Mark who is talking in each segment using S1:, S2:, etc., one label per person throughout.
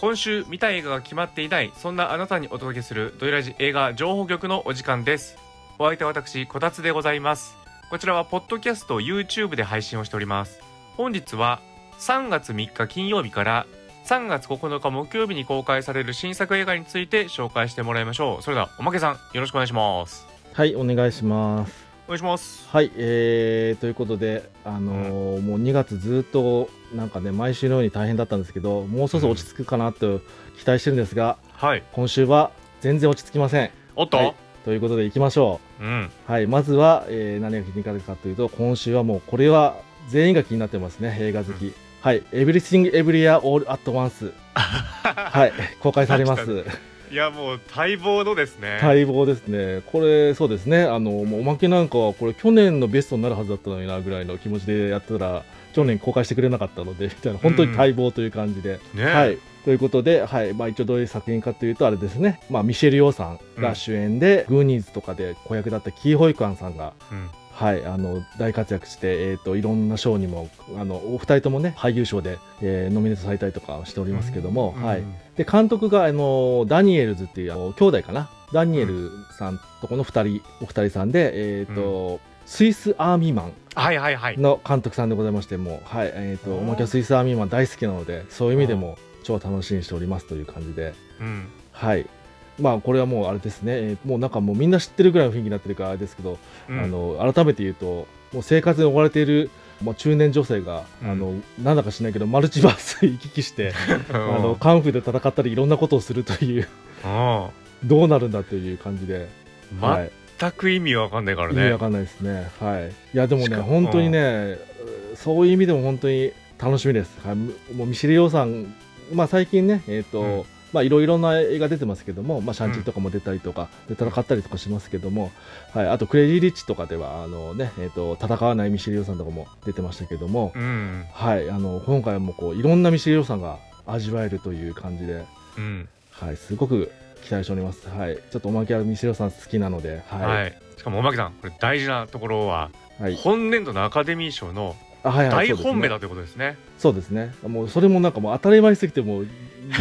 S1: 今週見たい映画が決まっていないそんなあなたにお届けするドイラジ映画情報局のお時間ですお相手は私こたつでございますこちらはポッドキャスト YouTube で配信をしております本日は3月3日金曜日から3月9日木曜日に公開される新作映画について紹介してもらいましょうそれではおまけさんよろしくお願いします
S2: はいお願いします
S1: お願いします
S2: はいえー、ということであのーもう2月ずっとなんかね毎週のように大変だったんですけどもうそろそろ落ち着くかなと期待してるんですが、
S1: はい
S2: 今週は全然落ち着きません
S1: おっと、
S2: はいということでいきましょ
S1: うん
S2: うはいまずは、えー何が気になるかというと今週はもうこれは全員が気になってますね映画好き、はい「Everything Everywhere All at Once」はい公開されます
S1: いやもう待望のですね
S2: 待望ですね、これ、そうですね、あのもうおまけなんかは、これ、去年のベストになるはずだったのになぐらいの気持ちでやってたら、去年公開してくれなかったので、みたいな、本当に待望という感じで。
S1: ね、
S2: はいということで、はいまあ、一応どういう作品かというと、あれですね、まあ、ミシェル・ヨーさんが主演で、グーニーズとかで子役だったキー・ホイクアンさんが、
S1: うん
S2: はい、あの大活躍して、えー、といろんな賞にも、あのお二人ともね、俳優賞で、えーノミネートされたりとかしておりますけども、
S1: うん
S2: はい、で監督があのダニエルズっていうあの兄弟かなダニエルさんとこの二人、お二人さんで、えーとスイスアーミーマ
S1: はいはいはい
S2: ンの監督さんでございましてもうはいえー、と
S1: おー
S2: おまけはスイスアーミーマン大好きなのでそういう意味でも超楽しみにしておりますという感じで
S1: うん
S2: はいまあこれはもうあれですね、えーもうなんかもうみんな知ってるぐらいの雰囲気になってるからあれですけど、
S1: うん
S2: あの改めて言うともう生活に追われている、まあ、中年女性が、
S1: うん
S2: あのなんだか知らないけどマルチバース行き来してあのカンフーで戦ったりいろんなことをするという
S1: うん
S2: どうなるんだという感じで、
S1: うん
S2: はい
S1: 全く意味わかんないから
S2: 意味
S1: ね
S2: わかんないですね、はい、いやでも
S1: し
S2: ね
S1: かも
S2: 本当にねそういう意味でも本当に楽しみです、はい、むもうミシェル・ヨーさん、まあ、最近ねえっ、と、
S1: うん
S2: まあいろいろな映画出てますけども、まあ、シャンチーとかも出たりとか、で戦ったりとかしますけども、はい、あとクレイジー・リッチとかではあの、ねえー、と戦わないミシェル・ヨーさんとかも出てましたけども、
S1: うん
S2: はい、あの今回はもうこういろんなミシェル・ヨーさんが味わえるという感じで、
S1: うん
S2: はい、すごく期待しております。はい、ちょっとおまけはミシェルさん好きなので、
S1: は、
S2: はい
S1: しかもおまけさんこれ大事なところは、
S2: い、はい、
S1: 本年度のアカデミー賞の
S2: あはいはい
S1: 大本命
S2: だ。
S1: だということですね,、
S2: そうですね。もうそれもなんかもう当たり前すぎてもう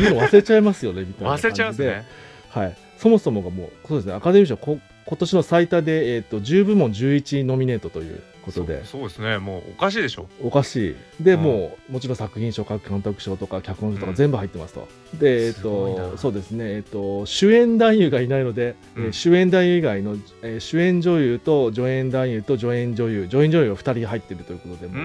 S2: 言うの忘れちゃいますよねみたいな感
S1: 忘
S2: じで。
S1: れちゃいますね。
S2: はい。そもそもがもうそうですね。アカデミー賞こ今年の最多でえっ、と10部門11ノミネートということで。
S1: そうそうですねもうおかしいでしょ
S2: おかしいで、
S1: うん
S2: もうもちろん作品賞か監督賞とか脚本賞と
S1: う
S2: か
S1: ん
S2: 全部入ってますと、でえっ、
S1: すごいな
S2: とそうですねえっ、と主演男優がいないので、
S1: うん
S2: えー主演男優以外の、えー主演女優と助演男優と助演女優助演女優が2人入ってるということで
S1: う
S2: もう
S1: ー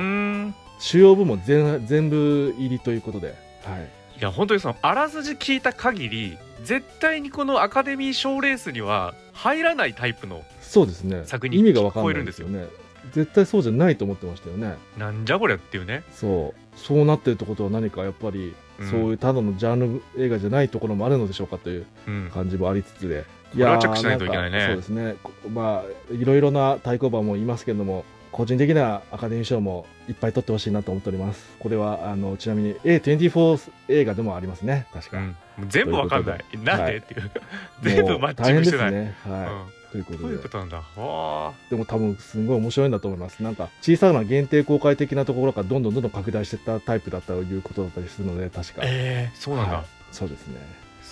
S1: ん
S2: 主要部門全全部入りということで、はい、
S1: いや本当にそのあらすじ聞いた限り絶対にこのアカデミー賞レースには入らないタイプの
S2: そうですね
S1: 作品
S2: 意味が分かん
S1: 聞こ
S2: な
S1: える
S2: い
S1: んで
S2: ですす
S1: よ
S2: よね絶対そうじゃないと思ってましたよね
S1: なんじゃこりゃっていうね
S2: そうそうなってるってことは何かやっぱり、
S1: うん
S2: そういうただのジャンル映画じゃないところもあるのでしょうかという
S1: うん
S2: 感じもありつつで、
S1: これはい
S2: やー
S1: チェックしないといけないね
S2: んかそうですね、こまあ、いろいろな対抗馬もいますけれども、個人的なアカデミー賞もいっぱい取ってほしいなと思っております。これはあのちなみに A24 映画でもありますね、確
S1: う
S2: か。
S1: ん、もう全部わかんないなんで、
S2: はい
S1: っていう 全部マッチン
S2: もう
S1: グ
S2: 大変で
S1: してな
S2: す
S1: い、
S2: ね。
S1: う
S2: は
S1: ん
S2: い、というこ
S1: ど
S2: と
S1: うい
S2: で
S1: うことなんだわあ
S2: でも多分すごい面白いんだと思います。なんか小さな限定公開的なところからどんどんどんどん拡大していったタイプだったということだったりするので、確か。
S1: えー、そうなんだ、
S2: はいそうですね。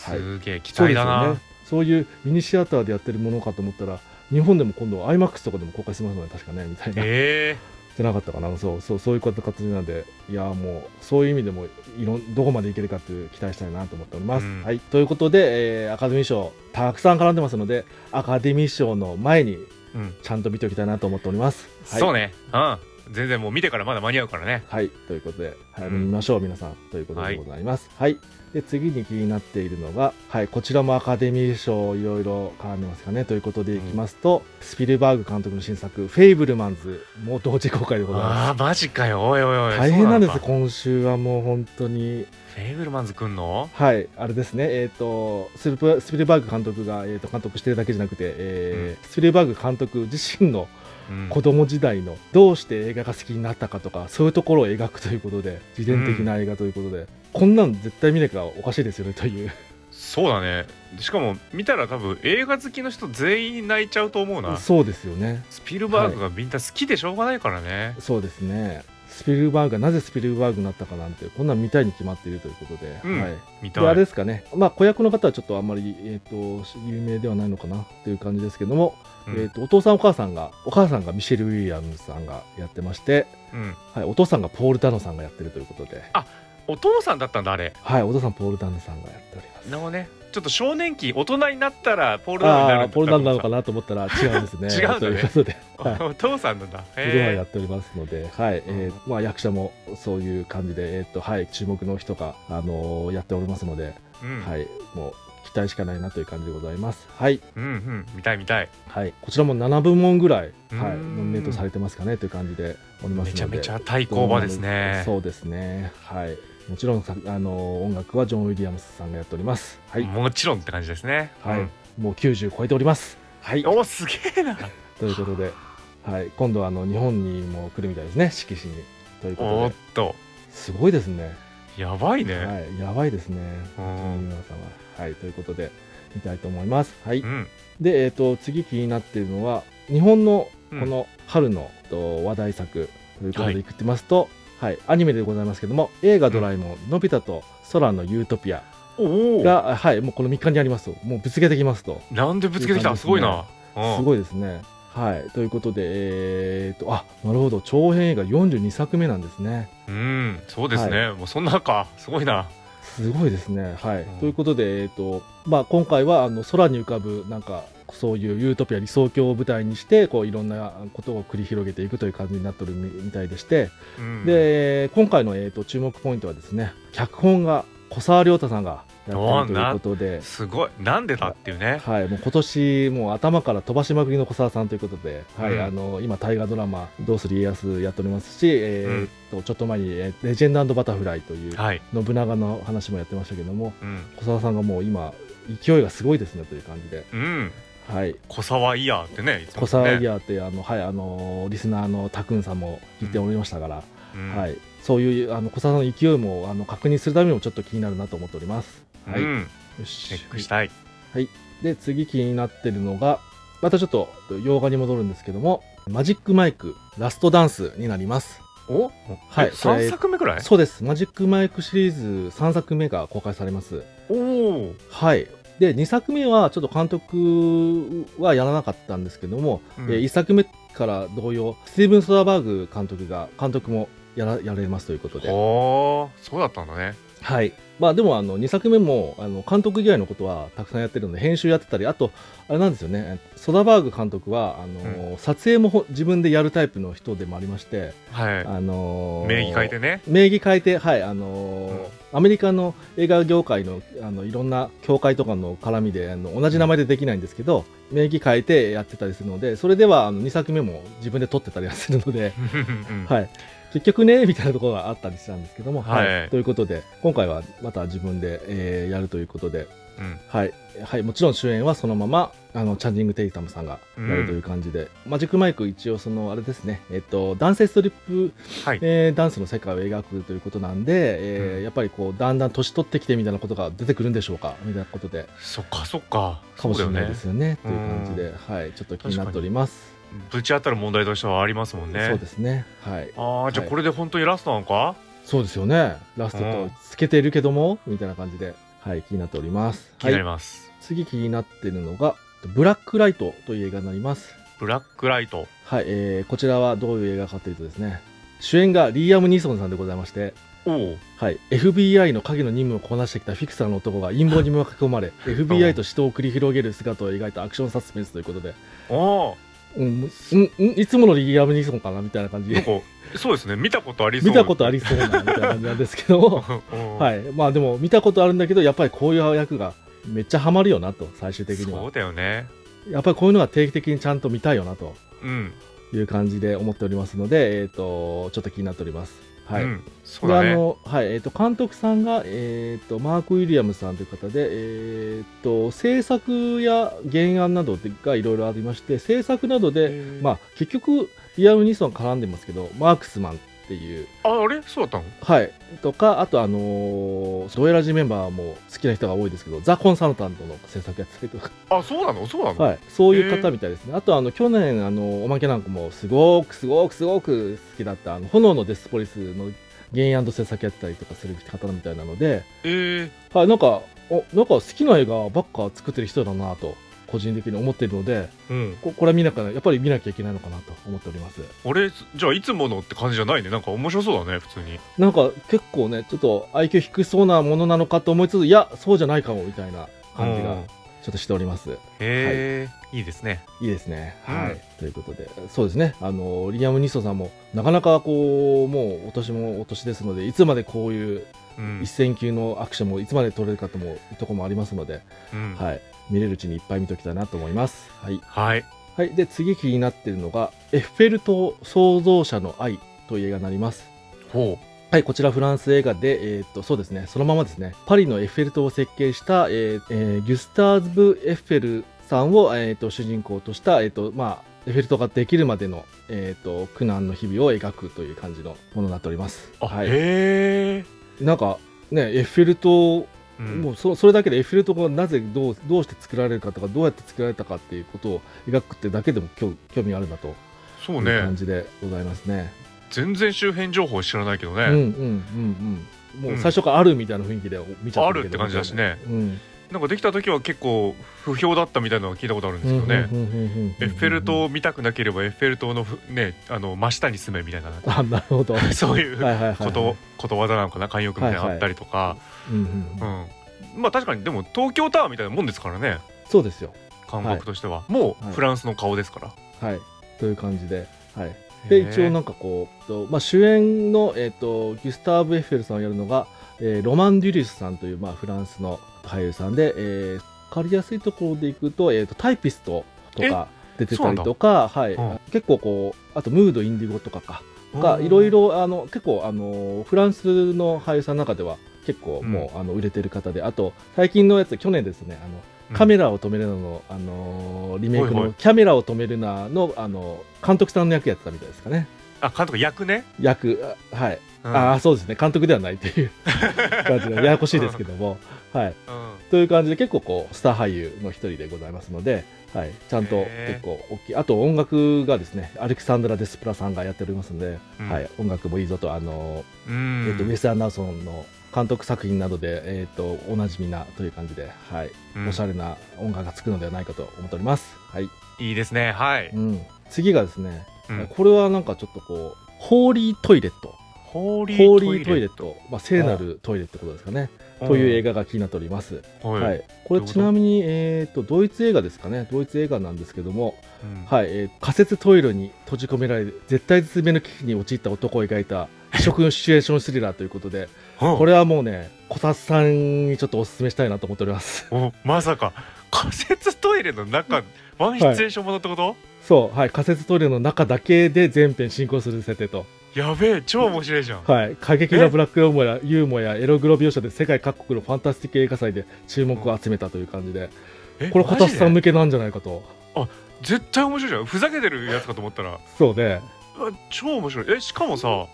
S2: はい
S1: すげえ期
S2: そう
S1: 待
S2: です
S1: だな、
S2: よね。そういうミニシアターでやってるものかと思ったら、日本でも今度 IMAX とかでも公開しますので、確かね、みたいな。じ
S1: え
S2: ゃなかったかな。そう、そう、そういう形なんで、いやー、もう、そういう意味でも、いろん、どこまでいけるかっていう期待したいなと思っております。
S1: うん
S2: はい。ということで、えーアカデミー賞、たくさん絡んでますので、アカデミー賞の前に、
S1: ーうん
S2: ちゃんと見ておきたいなと思っております。はい。
S1: そうねうん全然もう見てからまだ間に合うからね
S2: はい、ということで、早めに見ましょう、皆さん、ということでございます。はい、で、次に気になっているのが、はい、こちらもアカデミー賞、いろいろ絡んでますかね、ということでいきますと、スピルバーグ監督の新作、フェイブルマンズ、もう同時公開でございます。
S1: ああマジかよおいおいおい
S2: 大変なんです、
S1: そうのか
S2: 今週はもう本当に。
S1: フェイブルマンズくんの
S2: はい、あれですね、えっ、とスピル、スピルバーグ監督が、えー、と監督してるだけじゃなくて、えースピルバーグ監督自身の
S1: うん
S2: 子供時代のどうして映画が好きになったかとかそういうところを描くということで自伝的な映画ということで、こんなん絶対見なきゃおかしいですよねという
S1: そうだねしかも見たら多分映画好きの人全員泣いちゃうと思うな
S2: そうですよね
S1: スピルバーグがみんな好きでしょうがないからね、
S2: そうですねスピルバーグがなぜスピルバーグになったかなんてこんなん見たいに決まっているということで、
S1: うん
S2: はい、
S1: 見
S2: で
S1: たい
S2: あれですかね、まあ、子役の方はちょっとあんまり、えー、と有名ではないのかなという感じですけども、
S1: うん
S2: えー、とお父さんお母さんがお母さんがミシェル・ウィリアムズさんがやってまして、
S1: うん、
S2: はい、お父さんがポール・ダノさんがやってるということで、
S1: お父さんだったんだあれ
S2: はい、お父さんポール・ダノさんがやっております。
S1: なおねちょっと少年期大人になったらポールダウンにな
S2: あ
S1: る
S2: あーポール・ダノなのか
S1: な
S2: なと思ったら 違うんですね。
S1: 違うんだね
S2: ということで、はい、
S1: お父さんなんだ
S2: いろいろ
S1: へ
S2: やっておりますので、はい、えーまあ、役者もそういう感じで、えーっと、はい、注目の人が、あのーやっておりますので、
S1: え、うん
S2: はい、もう期待しかないなという感じでございます。はい、
S1: うんうん見たい見たい
S2: はい、こちらも7部門ぐらい、は
S1: う
S2: い、
S1: ん
S2: ノミネートされてますかねという感じでおりま
S1: め
S2: す
S1: ち
S2: ので。
S1: ゃめちゃ対抗馬ですね
S2: そうですね、はい、もちろんさ、あのー音楽はジョン・ウィリアムスさんがやっております。はい、
S1: もちろんって感じですね
S2: はい、
S1: うん
S2: もう90超えております。はい、
S1: おすげえな
S2: ということで、はい、今度はあの日本にも来るみたいですね、色紙に。ということ
S1: おっ
S2: で、
S1: と
S2: すごいですね。
S1: やばいね、
S2: はい、やばいですね。
S1: うん。
S2: 本当に皆様。はい、ということで、見たいと思います。はいう
S1: ん
S2: で、えっ、と、次気になっているのは、日本の
S1: うん
S2: この春の、と話題作ということ
S1: はい
S2: でいくってますと、はい、アニメでございますけども、映画ドラえもん、のび太と空のユートピア
S1: おお
S2: が、はい、もうこの3日にありますと、もうぶつけてきますと。
S1: なんでぶつけてきたすごいなうん
S2: すごいですね。はい、ということで、えっ、と、あ、なるほど、長編映画42作目なんですね。
S1: うんそうですね、もうそんなかすごいな
S2: すごいですね。は
S1: う
S2: い。
S1: ん
S2: ということで、えっ、と、まあ、今回は、あの、空に浮かぶ、なんか、そういうユートピア理想郷を舞台にして、こう、いろんなことを繰り広げていくという感じになってるみみたいでして、
S1: うん、
S2: で、今回の、えっ、と、注目ポイントはですね、脚本が、小沢亮太さんがやってるということで、
S1: すごいなんでだっていうね
S2: はい、もう今年もう頭から飛ばしまくりの小沢さんということで、はい
S1: うん
S2: あの今、大河ドラマ「どうする家康」やっておりますし、えー
S1: うん
S2: とちょっと前にえー「レジェンドバタフライ」という
S1: はい、
S2: 信長の話もやってましたけども
S1: うん
S2: 小沢さんがもう今勢いがすごいですねという感じで、
S1: うん、
S2: はい、
S1: 小沢イヤーってね言って
S2: 小
S1: ますね
S2: 沢ギアってあの、はい、あのリスナーのたくんさんも言っておりましたから、
S1: うん
S2: はい、そういうあの小沢さんの勢いもあの確認するためにもちょっと気になるなと思っております。はい
S1: うん、
S2: よし
S1: チェックしたい、
S2: で次気になってるのがまたちょっと洋画に戻るんですけどもマジックマイクラストダンスになります
S1: お
S2: はい
S1: え
S2: こ
S1: 三
S2: れ
S1: 作目くらい
S2: そうですマジックマイクシリーズ3作目が公開されます
S1: おお
S2: はいで2作目はちょっと監督はやらなかったんですけども、
S1: うん
S2: 1作目から同様スティーブン・ソダバーグ監督が監督もやらやられますということで、
S1: おーそうだったんだね
S2: はいまあ、でもあの2作目もあの監督以外のことはたくさんやってるので編集やってたりあとあれなんですよねソダバーグ監督はあの、撮影もほ自分でやるタイプの人でもありまして、
S1: は
S2: あ
S1: い
S2: の
S1: 名義変えてね
S2: 名義変えて、はいあのアメリカの映画業界のあのいろんな協会とかの絡みであの同じ名前でできないんですけど名義変えてやってたりするのでそれではあの2作目も自分で撮ってたりはするので、
S1: うん
S2: はい、結局ねみたいなところがあったりしたんですけども、
S1: はい
S2: ということで今回はまた自分で、えーやるということで、
S1: うん
S2: はいはい、もちろん主演はそのままあのチャンジング・テイタムさんがやるという感じで、マジックマイク一応そのあれですね、えっと、男性ストリップ、
S1: はい
S2: えーダンスの世界を描くということなんで、えー
S1: うん
S2: やっぱりこうだんだん年取ってきてみたいなことが出てくるんでしょうかみたいなことで
S1: そっかそっか
S2: かもしれないです
S1: そう
S2: よね
S1: そう
S2: とい
S1: だ
S2: う
S1: よね
S2: 感じで、はい、ちょっと気になっております。
S1: だよねぶち当たる問題としてはありますもんね
S2: そうですね、はい、
S1: ああじゃあ
S2: はい
S1: これで本当にラストなのか
S2: そうですよね。ラスト
S1: うん
S2: とつけているけども、みたいな感じで、はい、気になっております。
S1: 気になり
S2: はい、
S1: ます
S2: 次気になっているのが、ブラックライトという映画になります。
S1: ブラックライト
S2: はい、えーこちらはどういう映画かというとですね、主演がリーアム・ニーソンさんでございまして、
S1: おお
S2: はい、FBI の影の任務をこなしてきたフィクサーの男が陰謀にも囲まれ、FBI と死闘を繰り広げる姿を描いたアクションサスペンスということで、
S1: お
S2: うん、うん、うん、いつものリーアム・ニーソンかなみたいな感じ
S1: おなん
S2: で、
S1: か そうですね見たことありそう
S2: 見たことありそうな、みたいな感じなんですけども、はいい、まあでも見たことあるんだけどやっぱりこういう役がめっちゃハマるよなと最終的に
S1: そ
S2: は
S1: うだよね
S2: やっぱりこういうのが定期的にちゃんと見たいよなと
S1: うん
S2: いう感じで思っておりますので、えー、とちょっと気になっております。はい
S1: うんそう
S2: で
S1: だ
S2: あ
S1: ね
S2: のはいえー、と監督さんが、えー、とマーク・ウィリアムさんという方で、えー、と制作や原案などがいろいろありまして制作などで、
S1: へー
S2: まあ、結局リアム・ニーソン絡んでますけどマークスマンってっていう
S1: ああれそうだったの
S2: はいとかあとあのードエラジメンバーも好きな人が多いですけどザ・コンサルタントの制作やってたりとか、
S1: あそうなのそうなの、
S2: はい、そういう方みたいですねあとあの去年あのおまけなんかもすごくすごくすごく好きだったあの炎のデスポリスの原案と制作やってたりとかする方みたいなので、
S1: えー、
S2: はい、なんかおなんか好きな映画ばっか作ってる人だなと個人的に思っているので
S1: うん
S2: ここれは見なきゃやっぱり見なきゃいけないのかなと思っております
S1: あれじゃあいつものって感じじゃないねなんか面白そうだね普通に
S2: なんか結構ねちょっと IQ 低そうなものなのかと思いつついやそうじゃないかもみたいな感じ
S1: う
S2: が
S1: んへ
S2: ちょっとしております
S1: え、い、いですね
S2: いいですねはい、
S1: うん
S2: ということでそうですねあのリアム・ニソさんもなかなかこうもうお年もお年ですのでいつまでこういう
S1: うん
S2: 一、線級のアクションもいつまで取れるかともいうとこもありますので、
S1: うん、はい、
S2: はい見れるうちにいっぱい見ときたいなと思いますはいはい、で次気になっているのが「エッフェル塔創造者の愛」という映画になります。
S1: ほ
S2: はい、こちらフランス映画で、えーっとそうですね、そのままですね、パリのエッフェル塔を設計した、えーえーギュスターズ・ブ・エッフェルさんを、えーっと主人公とした、えーっとまあ、エッフェル塔ができるまでの、えーっと苦難の日々を描くという感じのものになっております。
S1: うあ、
S2: は
S1: へ
S2: い、
S1: え、
S2: なんかね、エッフェル塔
S1: うん、
S2: もうそそれだけでエッフェル塔がなぜどうどうして作られるかとかどうやって作られたかっていうことを描くってだけでも興興味があるなと
S1: そう
S2: いう
S1: ね
S2: 感じでございますね。
S1: 全然周辺情報知らないけどね、
S2: うんうんうんうん。もう最初からあるみたいな雰囲気で見ちゃったけど
S1: あるって感じだしね。
S2: うん。
S1: なんかできた時は結構不評だったみたいなのは聞いたことあるんですけどね、エッフェル塔を。見たくなければエッフェル塔のふねあの真下に住めみた いな
S2: あなる ほど。
S1: そういう
S2: はいはいはいはい
S1: こと、ことわざなのかな慣用句みたいなのあったりとか、
S2: うんうんうん
S1: うん、まあ確かにでも東京タワーみたいなもんですからね
S2: そうですよ。
S1: 感覚としては、もう
S2: はい
S1: フランスの顔ですから。
S2: はい。という感じで。はい。で
S1: へえ
S2: 一応なんかこうとまあ主演のえっとギュスターブ・エッフェルさんをやるのがえーロマン・デュリスさんというまあフランスの俳優さんでえー借りやすいところでいくとえっとタイピストとか出てたりとかはい
S1: うん
S2: 結構こうあとムード・インディゴとかかとかいろいろあの結構あのフランスの俳優さんの中では結構もう、あの売れてる方であと最近のやつ去年ですねあ
S1: うん
S2: のカメラを止めるなの、あのリメイク
S1: はいは
S2: の
S1: い
S2: 「キャメラを止めるなの」あの監督さんの役やってたみたいですかね
S1: あ監督役ね、
S2: 役あはい、
S1: うん
S2: ああそうですね監督ではないって いう感じでややこしいですけども、はい、
S1: うん
S2: という感じで結構こうスター俳優の一人でございますので、はい、ちゃんと
S1: へー
S2: 結構大きいあと音楽がですねアレクサンドラ・デスプラさんがやっておりますので、
S1: うん
S2: はい、音楽もいいぞとあの
S1: うん
S2: えっとウェス・アンダーソンの監督作品などで、えっとおなじみなという感じで、はい
S1: うん
S2: おしゃれな音楽がつくのではないかと思っております、はい
S1: いいですねはい、
S2: うん、次がですね、
S1: うん
S2: これはなんかちょっとこうホーリートイレット
S1: ホーリ
S2: ホー
S1: ートイ
S2: リートイレ
S1: レ
S2: ット、まあ、聖なるトイレってことですかね、という映画が気になっております、
S1: 画、はい
S2: はい、これちなみに、えー、とドイツ映画ですかねドイツ映画なんですけども、
S1: うん
S2: はいえー仮設トイレに閉じ込められる絶体絶命の危機に陥った男を描いた異色のシチュエーションスリラーということで
S1: うん
S2: これはもうね、こたつさんにちょっとお勧めしたいなと思っております。
S1: おまさか仮設トイレの中ワンシチュエーションものってこと、
S2: そう、はい、仮設トイレの中だけで全編進行する設定と、
S1: やべえ超面白いじゃん、
S2: はい、過激なブラックユーモアやユーモアやエログロ描写で世界各国のファンタスティック映画祭で注目を集めたという感じで、
S1: え
S2: これ、こたつさん
S1: マジで
S2: 向けなんじゃないかと。
S1: 絶対面白いじゃんふざけてるやつかと思ったらあ
S2: そうね、
S1: 超面白いえしかもさ
S2: は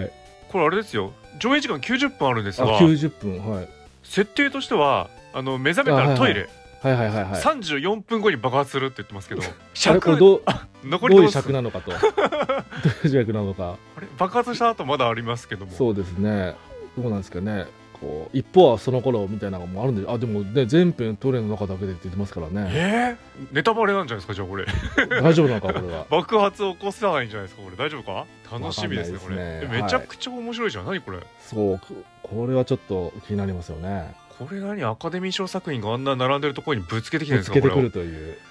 S2: い、
S1: これあれですよ上映時間90分あるんです
S2: あ
S1: が
S2: 90分、はい、
S1: 設定としてはあの目覚めたらトイレ、
S2: はいはいはいはい。
S1: 34分後に爆発するって言ってますけど
S2: あれこれ
S1: 尺
S2: どう
S1: 残り
S2: ど
S1: ど
S2: ういう
S1: うす
S2: 尺
S1: る
S2: なの かとどういう尺なのか
S1: あれ爆発した後まだありますけども
S2: そうですねどうなんですかねこう一方はその頃みたいなのもあるんであでもね全編トイレの中だけでって言ってますから ね
S1: えー、ネタバレなんじゃないですかじゃあこれ
S2: 大丈夫なのかこれは
S1: 爆発を起こせないんじゃないですかこれ大丈夫か楽しみですね
S2: わ
S1: こ
S2: かん
S1: れ
S2: ないですね
S1: えめちゃくちゃ面白いじゃん、何これ
S2: そうここれはちょっと気になりますよね
S1: これ何アカデミー賞作品があんな並んでるところにぶつけてきてるん
S2: ぶ
S1: です
S2: つ
S1: か
S2: け
S1: こ
S2: て
S1: れ
S2: く
S1: を
S2: る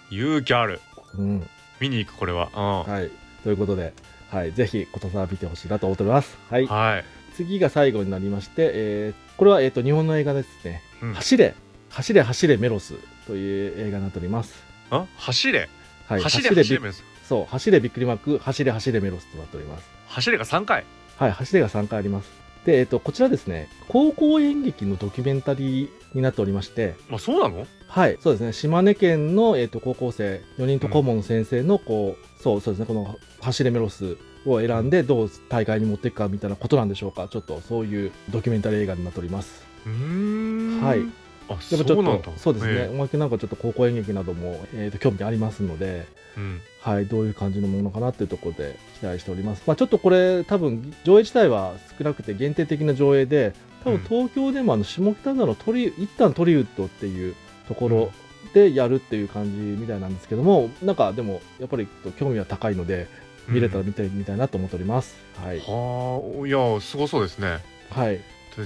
S2: という、
S1: 勇気ある
S2: うん、
S1: 見に行くこれはう
S2: はいということではいぜひ小田さん見てほしいなと思っておりますはい
S1: んはい、
S2: 次が最後になりまして、えーこれは、えー、と日本の映画ですね「
S1: うん
S2: 走れ走れ走れメロス」という映画になっております
S1: あ走れ、
S2: はい
S1: 走れ
S2: び
S1: 走れ目指す
S2: そう走れびっくりマーク走れ走れメロスとなっております
S1: 走れが3回
S2: はい、走れが3回あります。で、えっと、こちらですね、高校演劇のドキュメンタリーになっておりまして、
S1: まあそうなの
S2: はい、そうですね、島根県の、えっと、高校生、4人と顧問の先生の、こう、そう、そうですね、この、走れメロスを選んでどう大会に持っていくかみたいなことなんでしょうかちょっとそういうドキュメンタリー映画になっております
S1: うーん
S2: はい
S1: あ
S2: でもち
S1: そ
S2: ょ
S1: うな
S2: っ
S1: んだ
S2: とそうですね、
S1: え
S2: おまけなんかちょっと高校演劇なども、えーと興味ありますので
S1: えうん
S2: はい、どういう感じのものかなっていうところで期待しております。まあ、ちょっとこれ、多分上映自体は少なくて限定的な上映で、多分
S1: うん
S2: 東京でもあの下北沢のトリ一旦トリウッドっていうところでやるっていう感じみたいなんですけども、なんかでもやっぱり興味は高いので、見れたら
S1: うん
S2: 見てみたいなと思っております。はい。
S1: はあいやすごそうですね
S2: はい。
S1: で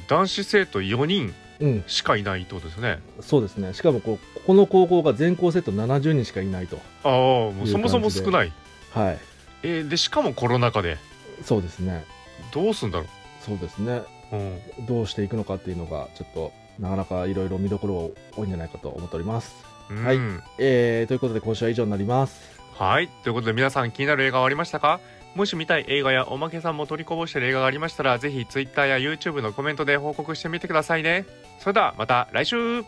S1: 男子生徒4人
S2: うん、
S1: しかいないってことですよね
S2: そうですね。しかもこう、ここの高校が全校生徒70人しかいないと。
S1: ああもうそもそも
S2: いう感じで
S1: 少ない
S2: はい。
S1: えーでしかもコロナ禍で
S2: そうですね。
S1: どうすんだろ
S2: そうですね。
S1: う、うん、
S2: どうしていくのかっていうのがちょっとなかなかいろいろ見どころ多いんじゃないかと思っております。
S1: うん
S2: はいえー、ということで今週は以上になります。
S1: はいということで皆さん気になる映画はありましたかもし見たい映画やおまけさんも取りこぼしてる映画がありましたらぜひ Twitter や YouTube のコメントで報告してみてくださいねそれではまた来週